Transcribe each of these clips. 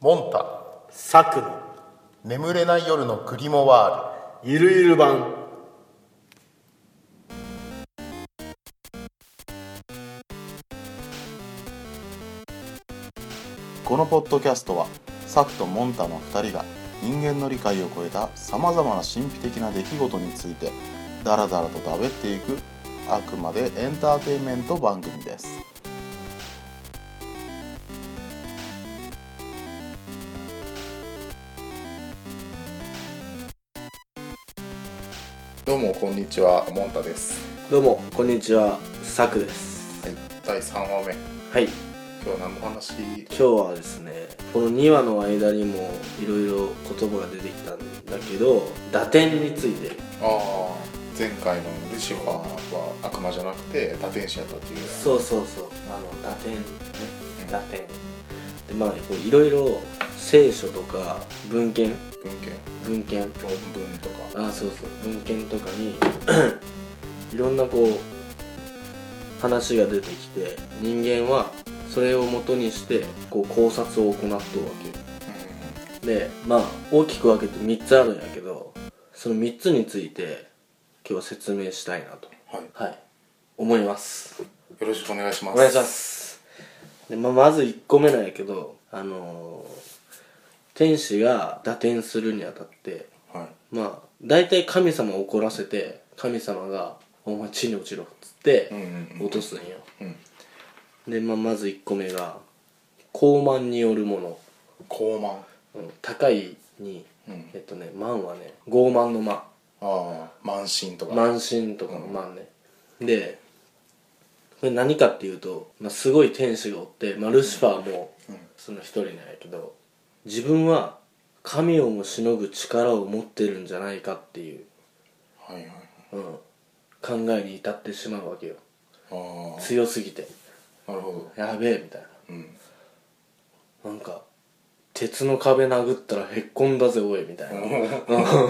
モンタ作の眠れない夜のクリモワゆるゆる版ールこのポッドキャストはサクとモンタの2人が人間の理解を超えたさまざまな神秘的な出来事についてダラダラとだべっていくあくまでエンターテインメント番組ですールどうもこんにちはモンタですどうもこんにちはサクですはい第3話目はい今日何の話今日はですねこの2話の間にもいろいろ言葉が出てきたんだけど打点についてああ前回のルシファーは悪魔じゃなくて堕天使やったっていうそうそうそうあの打点ね打点でまあこういろいろ聖書とか文献文献文献論文とかあーそうそう文献とかに いろんなこう話が出てきて人間はそれを元にしてこう考察を行っとるわけでまあ大きく分けて3つあるんやけどその3つについて今日説明したいなとうんはいはい思いますよろしくお願いしますお願いしますで、まあ、まず1個目なんやけどあのー天使が打点するにあたってはいまあ大体神様を怒らせて神様が「お前地に落ちろ」っつってうんうん落とすんよ、うんで、まあ、まず1個目が高慢によるもの、高慢うん高いに、うんえっとね慢はね傲慢の慢ああ慢心とか慢心とかの慢ね、でこれ何かっていうと、まあ、すごい天使がおって、まあ、ルシファーもその一人なんやけど自分は神をもしのぐ力を持ってるんじゃないかっていうはいはいうん、考えに至ってしまうわけよあ強すぎてあなるほどやべえみたいうんななんか鉄の壁殴ったらへっこんだぜおいみたいな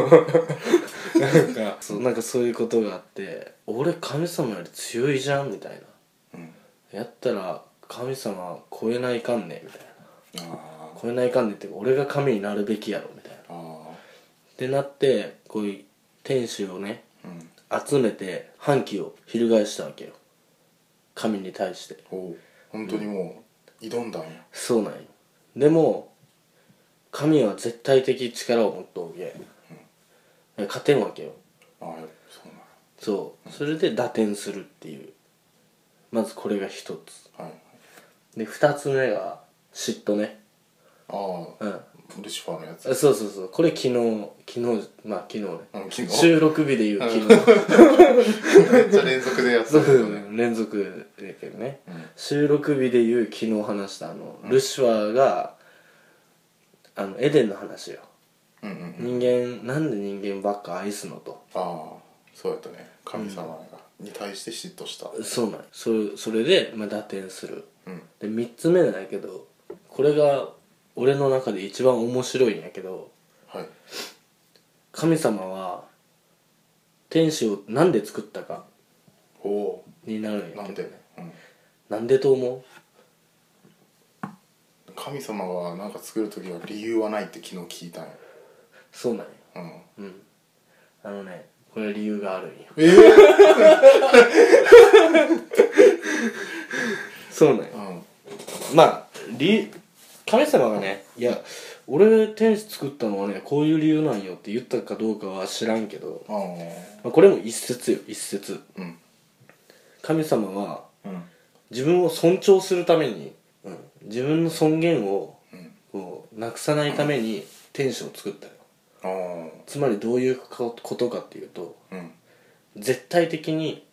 なんか そうなんかそういうことがあって俺神様より強いじゃんみたいうんなやったら神様超えないかんねみたあいな超えないかんねっていうか俺が神になるべきやろみたいなっああてなってこういう天使をねあうん集めて反旗を翻したわけよ神に対してお本当にもう挑んだんやそうなんよでも神は絶対的力を持っとおけ、勝てんわけよああやっぱそうなそうそれで打点するっていうまずこれが一つのはいで二つ目が嫉妬ねあうんあルシファーのやつそうそうそうこれ昨日昨日まあ昨日ね、うん昨日収録日で言う昨日 めっちゃ連続でやってたそうけそどうねそう連続やけどね、ん収録日で言う昨日話したあの、ルシファーがあのエデンの話よ、うんうんうん人間なんで人間ばっか愛すのとああそうやったね神様がに対して嫉妬したそうなんそれそれで、まあ、打点するうんで3つ目なんやけどこれが俺の中で一番面白いんやけどはい神様は天使をなんで作ったかおおになるんやけーどなんでうんなんでと思神様がなんか作る時は理由はないって昨日聞いたんやうそうなんやうんうんあのねこれ理由があるんやええ そうなんやうんまあ理神様がねいや俺天使作ったのはねこういう理由なんよって言ったかどうかは知らんけどああまあこれも一説よ一説うん神様はうん自分を尊重するために、うん、自分の尊厳をうんこうなくさないために天使を作ったよああつまりどういうことかっていうとうん絶対的に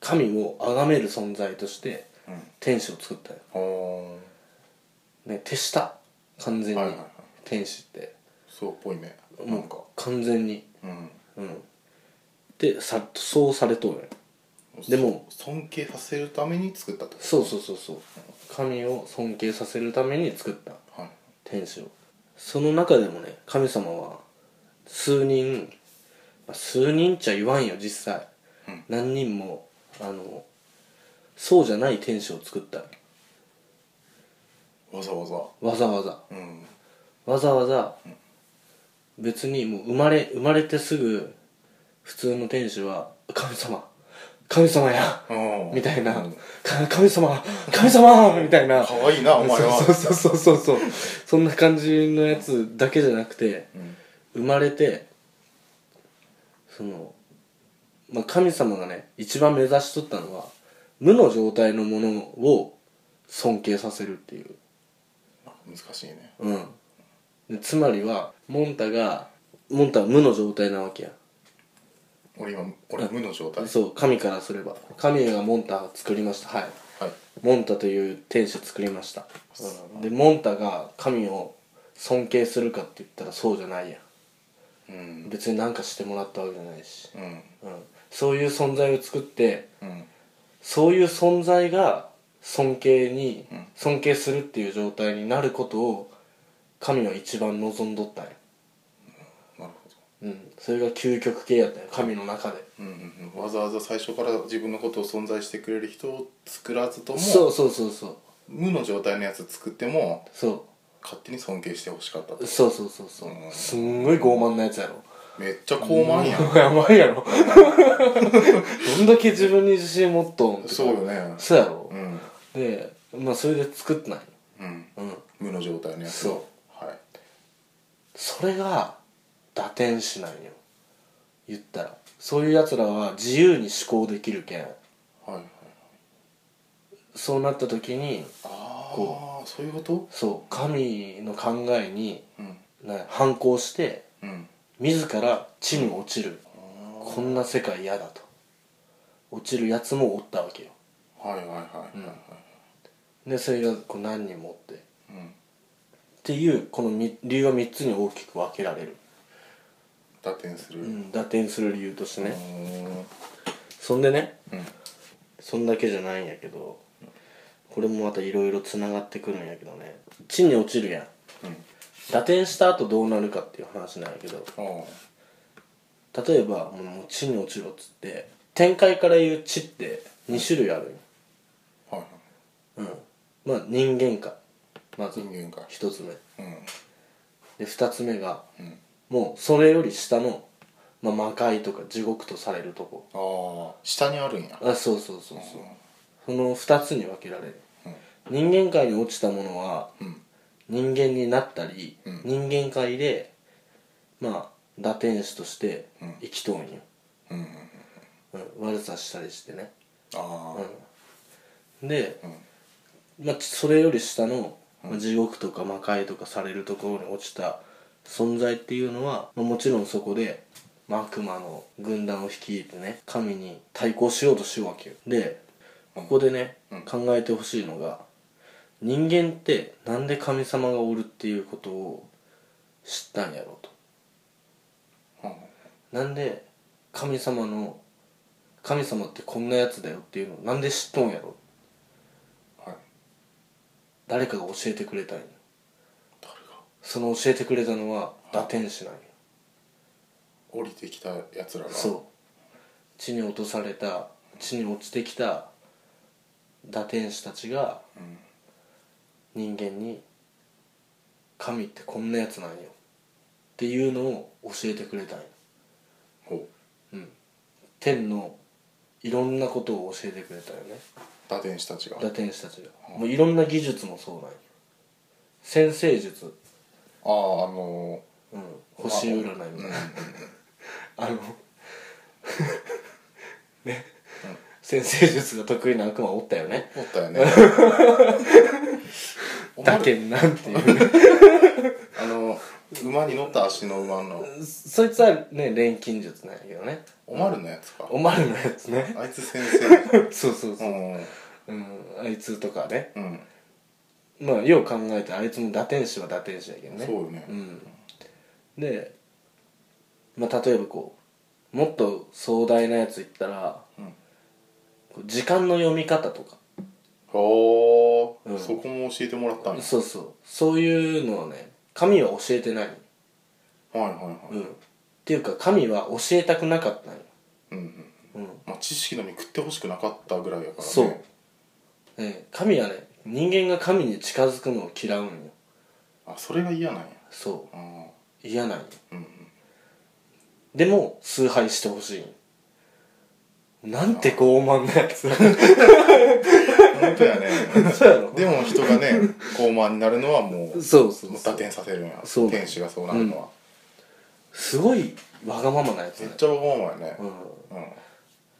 神を崇める存在としてうん天使を作ったよ、ああね、手下完全に、はいはいはい天使ってそうっぽいねなもんかう完全にうんうんでさそうされとるよでもそ尊敬させるために作ったってこそうそうそうそう神を尊敬させるために作ったとはい天使をその中でもね神様は数人まあ数人っちゃ言わんよ実際、うん何人もあのそうじゃない天使を作ったわざわざわざわざうんわざわざ別にもう生まれ生まれてすぐ普通の天使は「神様神様や!」うんみたいなうん「か神様神様!」みたいなかわいいなお前はそうそうそうそうそうそんな感じのやつだけじゃなくてうん生まれてその、まあ、神様がね一番目指しとったのは無の状態のものを尊敬させるっていう難しいねうんでつまりはモンタがモンタは無の状態なわけや俺今俺無の状態そう神からすれば神がモンタを作りましたはいはいモンタという天使を作りましたでモンタが神を尊敬するかって言ったらそうじゃないやうん別に何かしてもらったわけじゃないし、うんうん、そういう存在を作ってうんそういう存在が尊敬にうん尊敬するっていう状態になることを神は一番望んどったんや、なるほどうん、それが究極系やったんや神の中でうんうんうんわざわざ最初から自分のことを存在してくれる人を作らずともそうそうそうそう無の状態のやつ作ってもそ勝手に尊敬してほしかったとうそうそうそうそううんすんごい傲慢なやつやろめっちゃ高慢やん やばいやろどんだけ自分に自信持っとんってそうよねそうやろう、んでまあそれで作ってないうんうん無の状態のやつそはいそれが打天使なんよ言ったらそういうやつらは自由に思考できるけんはいはいそうなった時にあこあそういうことそう神の考えにうんな反抗してうん自ら地に落ちるこんな世界嫌だと落ちるやつもおったわけよはいはいはいはいはでそれがこう何人もおっていうんっていうこのみ理由は3つに大きく分けられる、打点するううんん、打点する理由としてね、うんそんでねうんそんだけじゃないんやけどこれもまたいろいろつながってくるんやけどね地に落ちるやん打点した後どうなるかっていう話なんやけどあ例えばもうもう地に落ちろっつって展開から言う地って2種類あるあはいはいんようんまあ人間かまず人間か1つ目うんで2つ目がうんもうそれより下の、まあ、魔界とか地獄とされるとこああ下にあるんやあそうそうそうそうその2つに分けられるうん人間界に落ちたものはうん人間になったり、うん人間界でまあ打天使として生きとんよ、うんうんうんうん悪さしたりしてね、あうん、であ、うんまあ、それより下の、まあ、地獄とか魔界とかされるところに落ちた存在っていうのは、まあ、もちろんそこで、まあ、悪魔の軍団を率いてね神に対抗しようとしようわけよでここでね、うん考えてほしいのが人間ってなんで神様がおるっていうことを知ったんやろうとうんなんで神様の神様ってこんなやつだよっていうのをなんで知っとんやろはい誰かが教えてくれたんよ誰がその教えてくれたのは打天使なんよ降りてきたやつらがそう地に落とされた地に落ちてきた打天使たちがうん人間に神ってこんなやつなんよっていうのを教えてくれたんよほ天のいろんなことを教えてくれたよねう打点師たちが打天使たちがもういろんな技術もそうなんよ先生術、あああのうん、星占いみたいー、うなん あのね、先生術が得意な悪魔おったよねおったよね お前だけんなん ていうあの馬に乗った足の馬のそいつはね錬金術なんやけどねおまるのやつかおまるのやつねあいつ先 生そうそうそうう、んうん、あいつとかねうんまあよう考えてあいつも打天使は打天使やけどねそうよねうんで、まあ、例えばこうもっと壮大なやつ言ったらうんこう時間の読み方とかほーうんそこも教えてもらったんやそうそうそういうのをね神は教えてないはいはいはういんっていうか神は教えたくなかったんよ、うんうんうんまあ知識のみ食ってほしくなかったぐらいやからねそうね、神はね人間が神に近づくのを嫌うんよあそれが嫌なんやそうんう嫌なんようんでも崇拝してほしいんよなんて傲慢なやつ本当やねそうやろでも人 がね傲慢になるのはもうそうそうもうそ打う点させるんやそう天使がそうなるのは、すごいわがままなやつめっちゃ傲慢やねう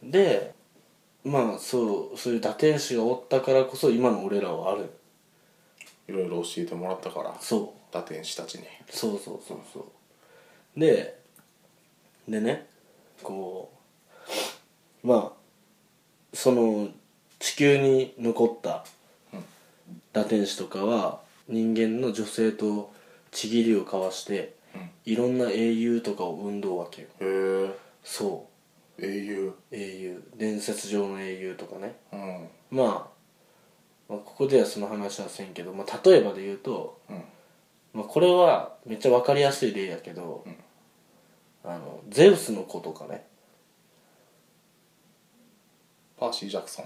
うん、ん、でまあそうそういう堕天使がおったからこそ今の俺らはあるいろいろ教えてもらったからそう打天使たちにそうそうそうそうででねこうまあその地球に残った堕天使とかは人間の女性とちぎりを交わしてうんいろんな英雄とかを生んどうわけよへそえ英雄う英雄伝説上の英雄とかねうんまあ、まあここではその話はせんけど、まあ、例えばで言うとうんまあ、これはめっちゃ分かりやすい例やけど、うんあのゼウスの子とかねパーシー・ジャクソン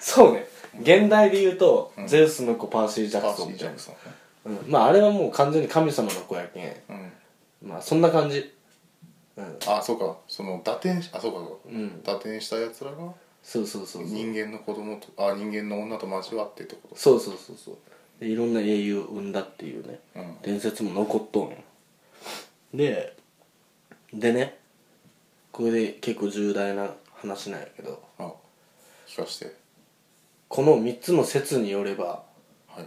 そうね現代で言うと、うんゼウスの子パーシー・ジャパークシソンー・みジたャいなク、ソンねうん、まああれはもう完全に神様の子やけんうんまあそんな感じうん、あそうかその打点しあそうかそうかうん、打点したやつらがそうそうそうそう人間の子供とあ人間の女と交わってってこそうそうそうそうでいろんな英雄を生んだっていうねとうん伝説も残っとんやででねこれで結構重大な話なんやけどあ聞かしてこの3つの説によればはい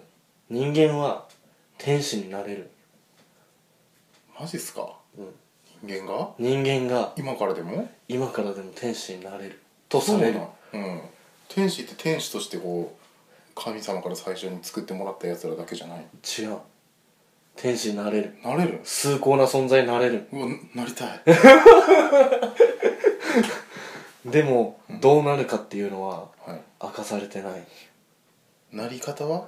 人間は天使になれる、マジっすかうん、人間が人間が今からでも今からでも天使になれるとされるそうなんうん天使って天使としてこう神様から最初に作ってもらったやつらだけじゃない違う天使になれるなれる崇高な存在になれるうわなりたいでも、どうなるかっていうのははい明かされてないなり方は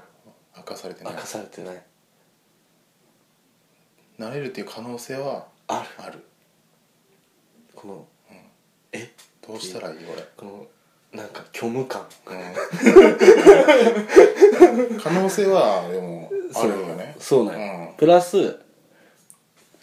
明かされてな明いかされてないなれるっていう可能性はあるあるこの、うんえどうしたらいいこのなんか虚無感俺、うん、可能性はで もあるよねそうなんよ、プラス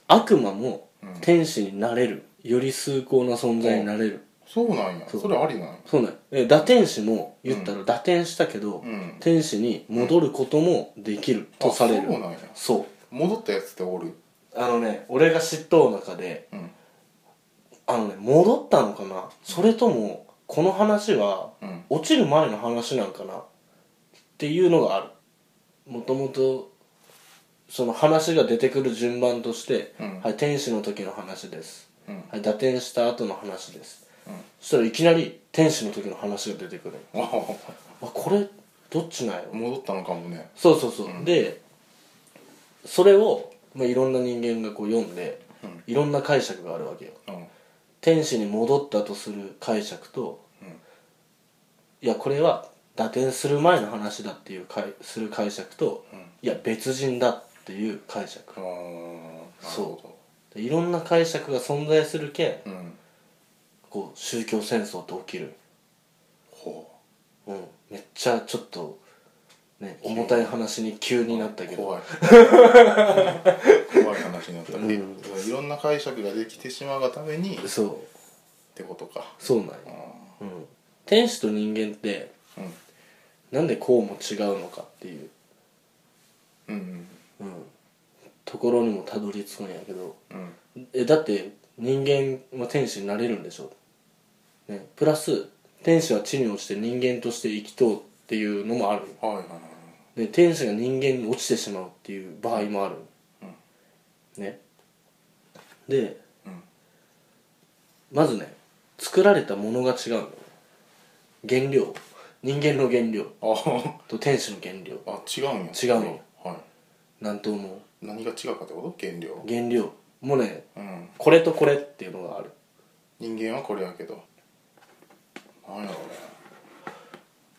悪魔もうん天使になれる、より崇高な存在になれる、そうなんやそそうれありなんやそうねえ堕天使も言ったら堕天したけど、うん天使に戻ることもできるとされるあそうなんやそう戻ったやつっておるあのね俺が知っとう中でうんあのね戻ったのかなそれともこの話はうん落ちる前の話なんかなっていうのがあるもともとその話が出てくる順番として、うんはい、天使の時の話です、うんはい、打点した後の話です、うんそしたらいきなり天使の時の話が出てくるわあこれどっちなんやろ戻ったのかもねそうそうそう、でそれを、まあ、いろんな人間がこう読んで、うんいろんな解釈があるわけようん天使に戻ったとする解釈とうんいやこれは打点する前の話だっていう解する解釈と、うんいや別人だっていう解釈あーなるほでいろんな解釈が存在するけどうんんこう宗教戦争って起きる、ほうん、めっちゃちょっとね重たい話に急になったうけど怖い怖い話になったねうんいろんな解釈ができてしまうがためにっそうてことかそうなんよ、うん、天使と人間ってうんなんでこうも違うのかっていう、うんうん、ところにもたどり着くんやけどうんうんえだって人間は天使になれるんでしょ、ね、プラス天使は地に落ちて人間として生きとうっていうのもあるはいはいはいで天使が人間に落ちてしまうっていう場合もある、ねでうんまずね作られたものが違うの原料人間の原料あーと天使の原料あ 違うんや違うのはい何とも何が違うかってこと原料原料もねうんこれとこれっていうのがある人間はこれやけどなんやろうね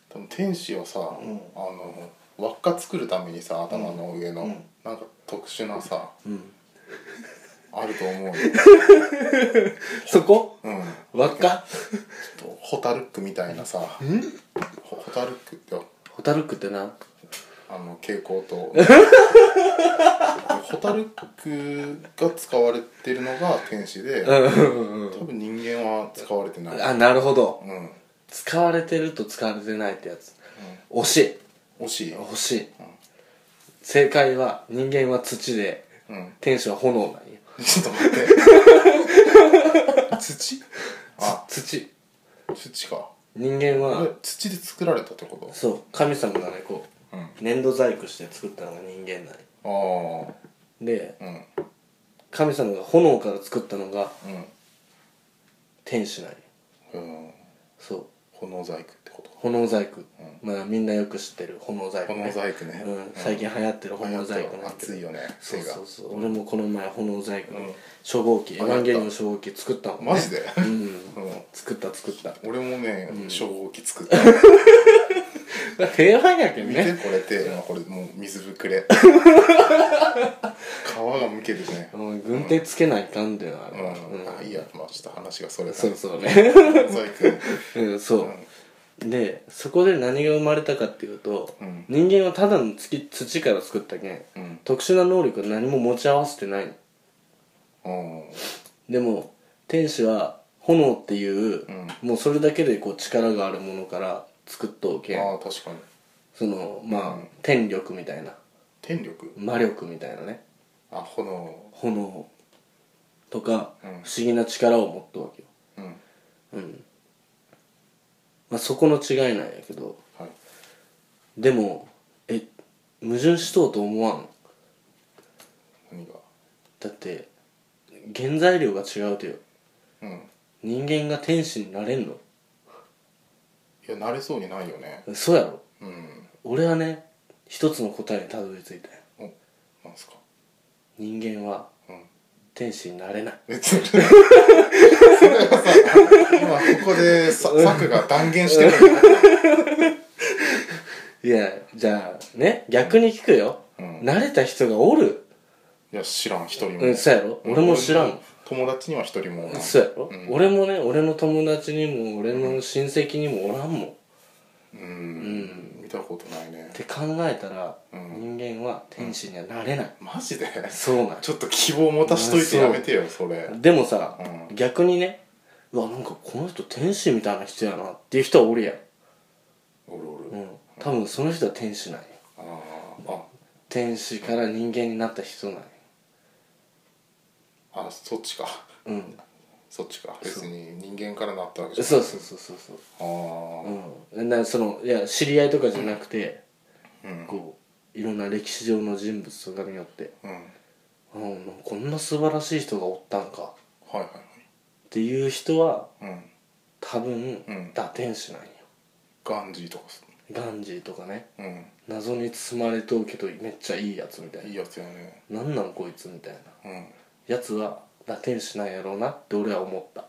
多分天使はさ、んあの輪っか作るためにさ頭の上の、うんなんか特殊なさうんあると思うよ、そこうん、輪っかとホタルックみたいなさホホタルックってホタルックってなあの蛍光 灯ホタルックが使われてるのが天使でうんうんうん多分人間は使われてないあなるほどうん使われてると使われてないってやつ、惜しい惜しい惜しい、正解は人間は土でうん天使は炎なんよちょっと待って土あ土土か人間あれは土で作られたってことそう神様がねこう、うん粘土細工して作ったのが人間なんよあであうん神様が炎から作ったのが天使なんようん、うん、そう炎細工ってことか炎細工、まあみんなよく知ってる炎細工、炎細工ね、うん、最近流行ってる炎細工なんだけど熱いよねそうそう手そう俺もこの前炎細工うんの初号機エあヴァンゲリオンの初号機作ったもんねマジでうんがうん作った作った 俺もね、消防器作った平和やけん見てねこれて、まあ、これもう水ぶく れ皮がむけるねうん軍手つけないかんだよあうれはん、あいいやまあちょっと話がそれたそうそうね 炎細うんそうでそこで何が生まれたかっていうとうん人間はただの土土から作ったけん工うん特殊な能力は何も持ち合わせてないうのんでも天使は炎っていう、うんもうそれだけでこう力があるものから作っとうけんああ確かにそのまあ、うん天力みたいな天力魔力みたいなねあ炎炎とか、うん不思議な力を持っとうわけようんうんまあそこの違いなんやけどはいでもえ矛盾しとうと思わん何がだって原材料が違うとようん人間が天使になれんのいや慣れそうにないよねそうやろうん俺はね一つの答えにたどり着いたよおなんすか人間はうん天使になれないえ それそれはさ今ここでさ策が断言してるのよいやじゃあね逆に聞くよ、うん慣れた人がおるいや知らん一人も、うんそうやろ俺も知らん友達には一人もおらんそうやろ、うん俺もね俺の友達にも俺の親戚にもおらんもん、っうん、見たことないねて考えたら、うん人間は天使にはなれない、マジでそうなんちょっと希望持たしといてやめてよそれでもさ、うん逆にねうわなんかこの人天使みたいな人やなっていう人はおるやん、おるおる、うん、多分その人は天使なんよあー天使から人間になった人なんよああそっちかうんそっちか別に人間からなったわけじゃんそうそうそうそうそうあーうん、なそのいや知り合いとかじゃなくて、うんこういろんな歴史上の人物とかによって、うんはいうん、こんな素晴らしい人がおったんかはいはいっていう人はうん多分、うん堕天使なんよガンジーとかすガンジーとかねうん謎に包まれとうけどめっちゃいいやつみたいいいやつやねななんなんこいつみたいなうんやつは堕天使なんやろうなって俺は思った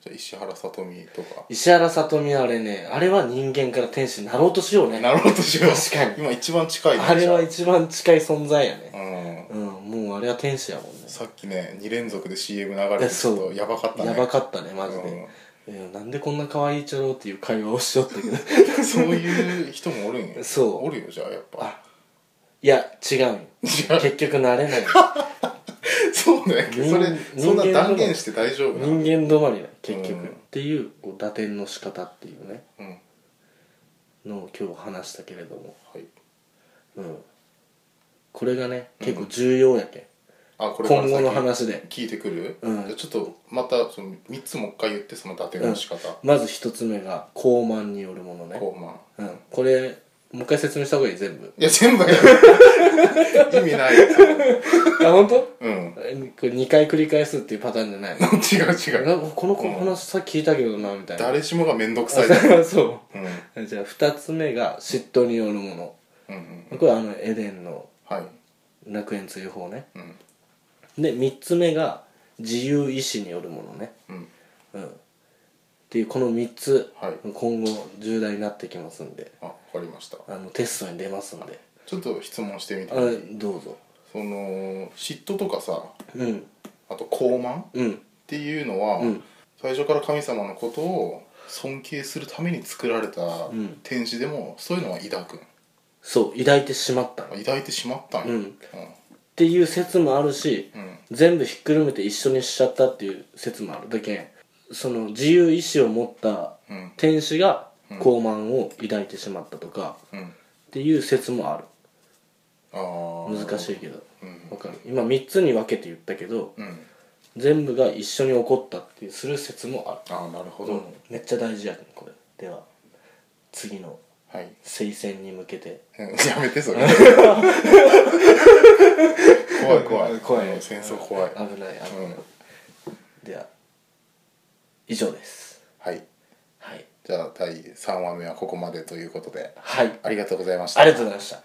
じゃあ石原さとみとか石原さとみはあれねあれは人間から天使になろうとしようねなろうとしよう確かに今一番近いねあれはじ一番近い存在やねゃあうんうん、もうあれは天使やもんねさっきね2連続で CM 流れてちそょうっとやばかったねやばかったねマジで、えーなんでこんな可愛いちゃろうっていう会話をしよった けどそういう人もおるんや そうおるよじゃあやっぱあいや違うんよ結局なれない そうだよ人それそんな人間の断言して大丈夫な人間止まりだ結局、うんっていうこう打点の仕方っていうねうんはのを今日話したけれども、いうん、これがね結構重要やけん、あこれから今後の先話で聞いてくるうんじゃあちょっとまたその3つもう一回言ってその打点の仕方まず一つ目が高慢によるものね、こうまあうん、これもう一回説明した方がいい全部いや全部 やる意味ないやつあ本当？うんえこれ2回繰り返すっていうパターンじ ゃないの違う違うなんかこの子の話さっき聞いたけどなみたいな誰しもが面倒くさいだ そうんうじゃあ2つ目が嫉妬によるもうんうんのこれはあのエデンのはい楽園追放ねうんで3つ目が自由意志によるものねうんうんっていうこの3つ、はい今後重大になってきますんであわかりましたあのテストに出ますんでちょっと質問してみてあどうぞその嫉妬とかさうんあと傲慢っうんていうのは、うん最初から神様のことを尊敬するために作られたん天使でもそういうのは抱くんそう抱いてしまったっ抱いてしまったんやうんうんていう説もあるし、うん全部ひっくるめて一緒にしちゃったっていう説もあるだけんその自由意志を持ったうん天使が傲慢を抱いてしまったとかうんっていう説もあるあー難しいけどうんわかる今3つに分けて言ったけどうん全部が一緒に起こったっていうする説もあるああなるほど、うんめっちゃ大事やねこれでは次のはい 推薦に向けてうんやめて それ怖い怖い怖いうん戦争怖い危ない危ない、うんでは以上ですはいはいじゃあ第3話目はここまでということではいありがとうございましたありがとうございました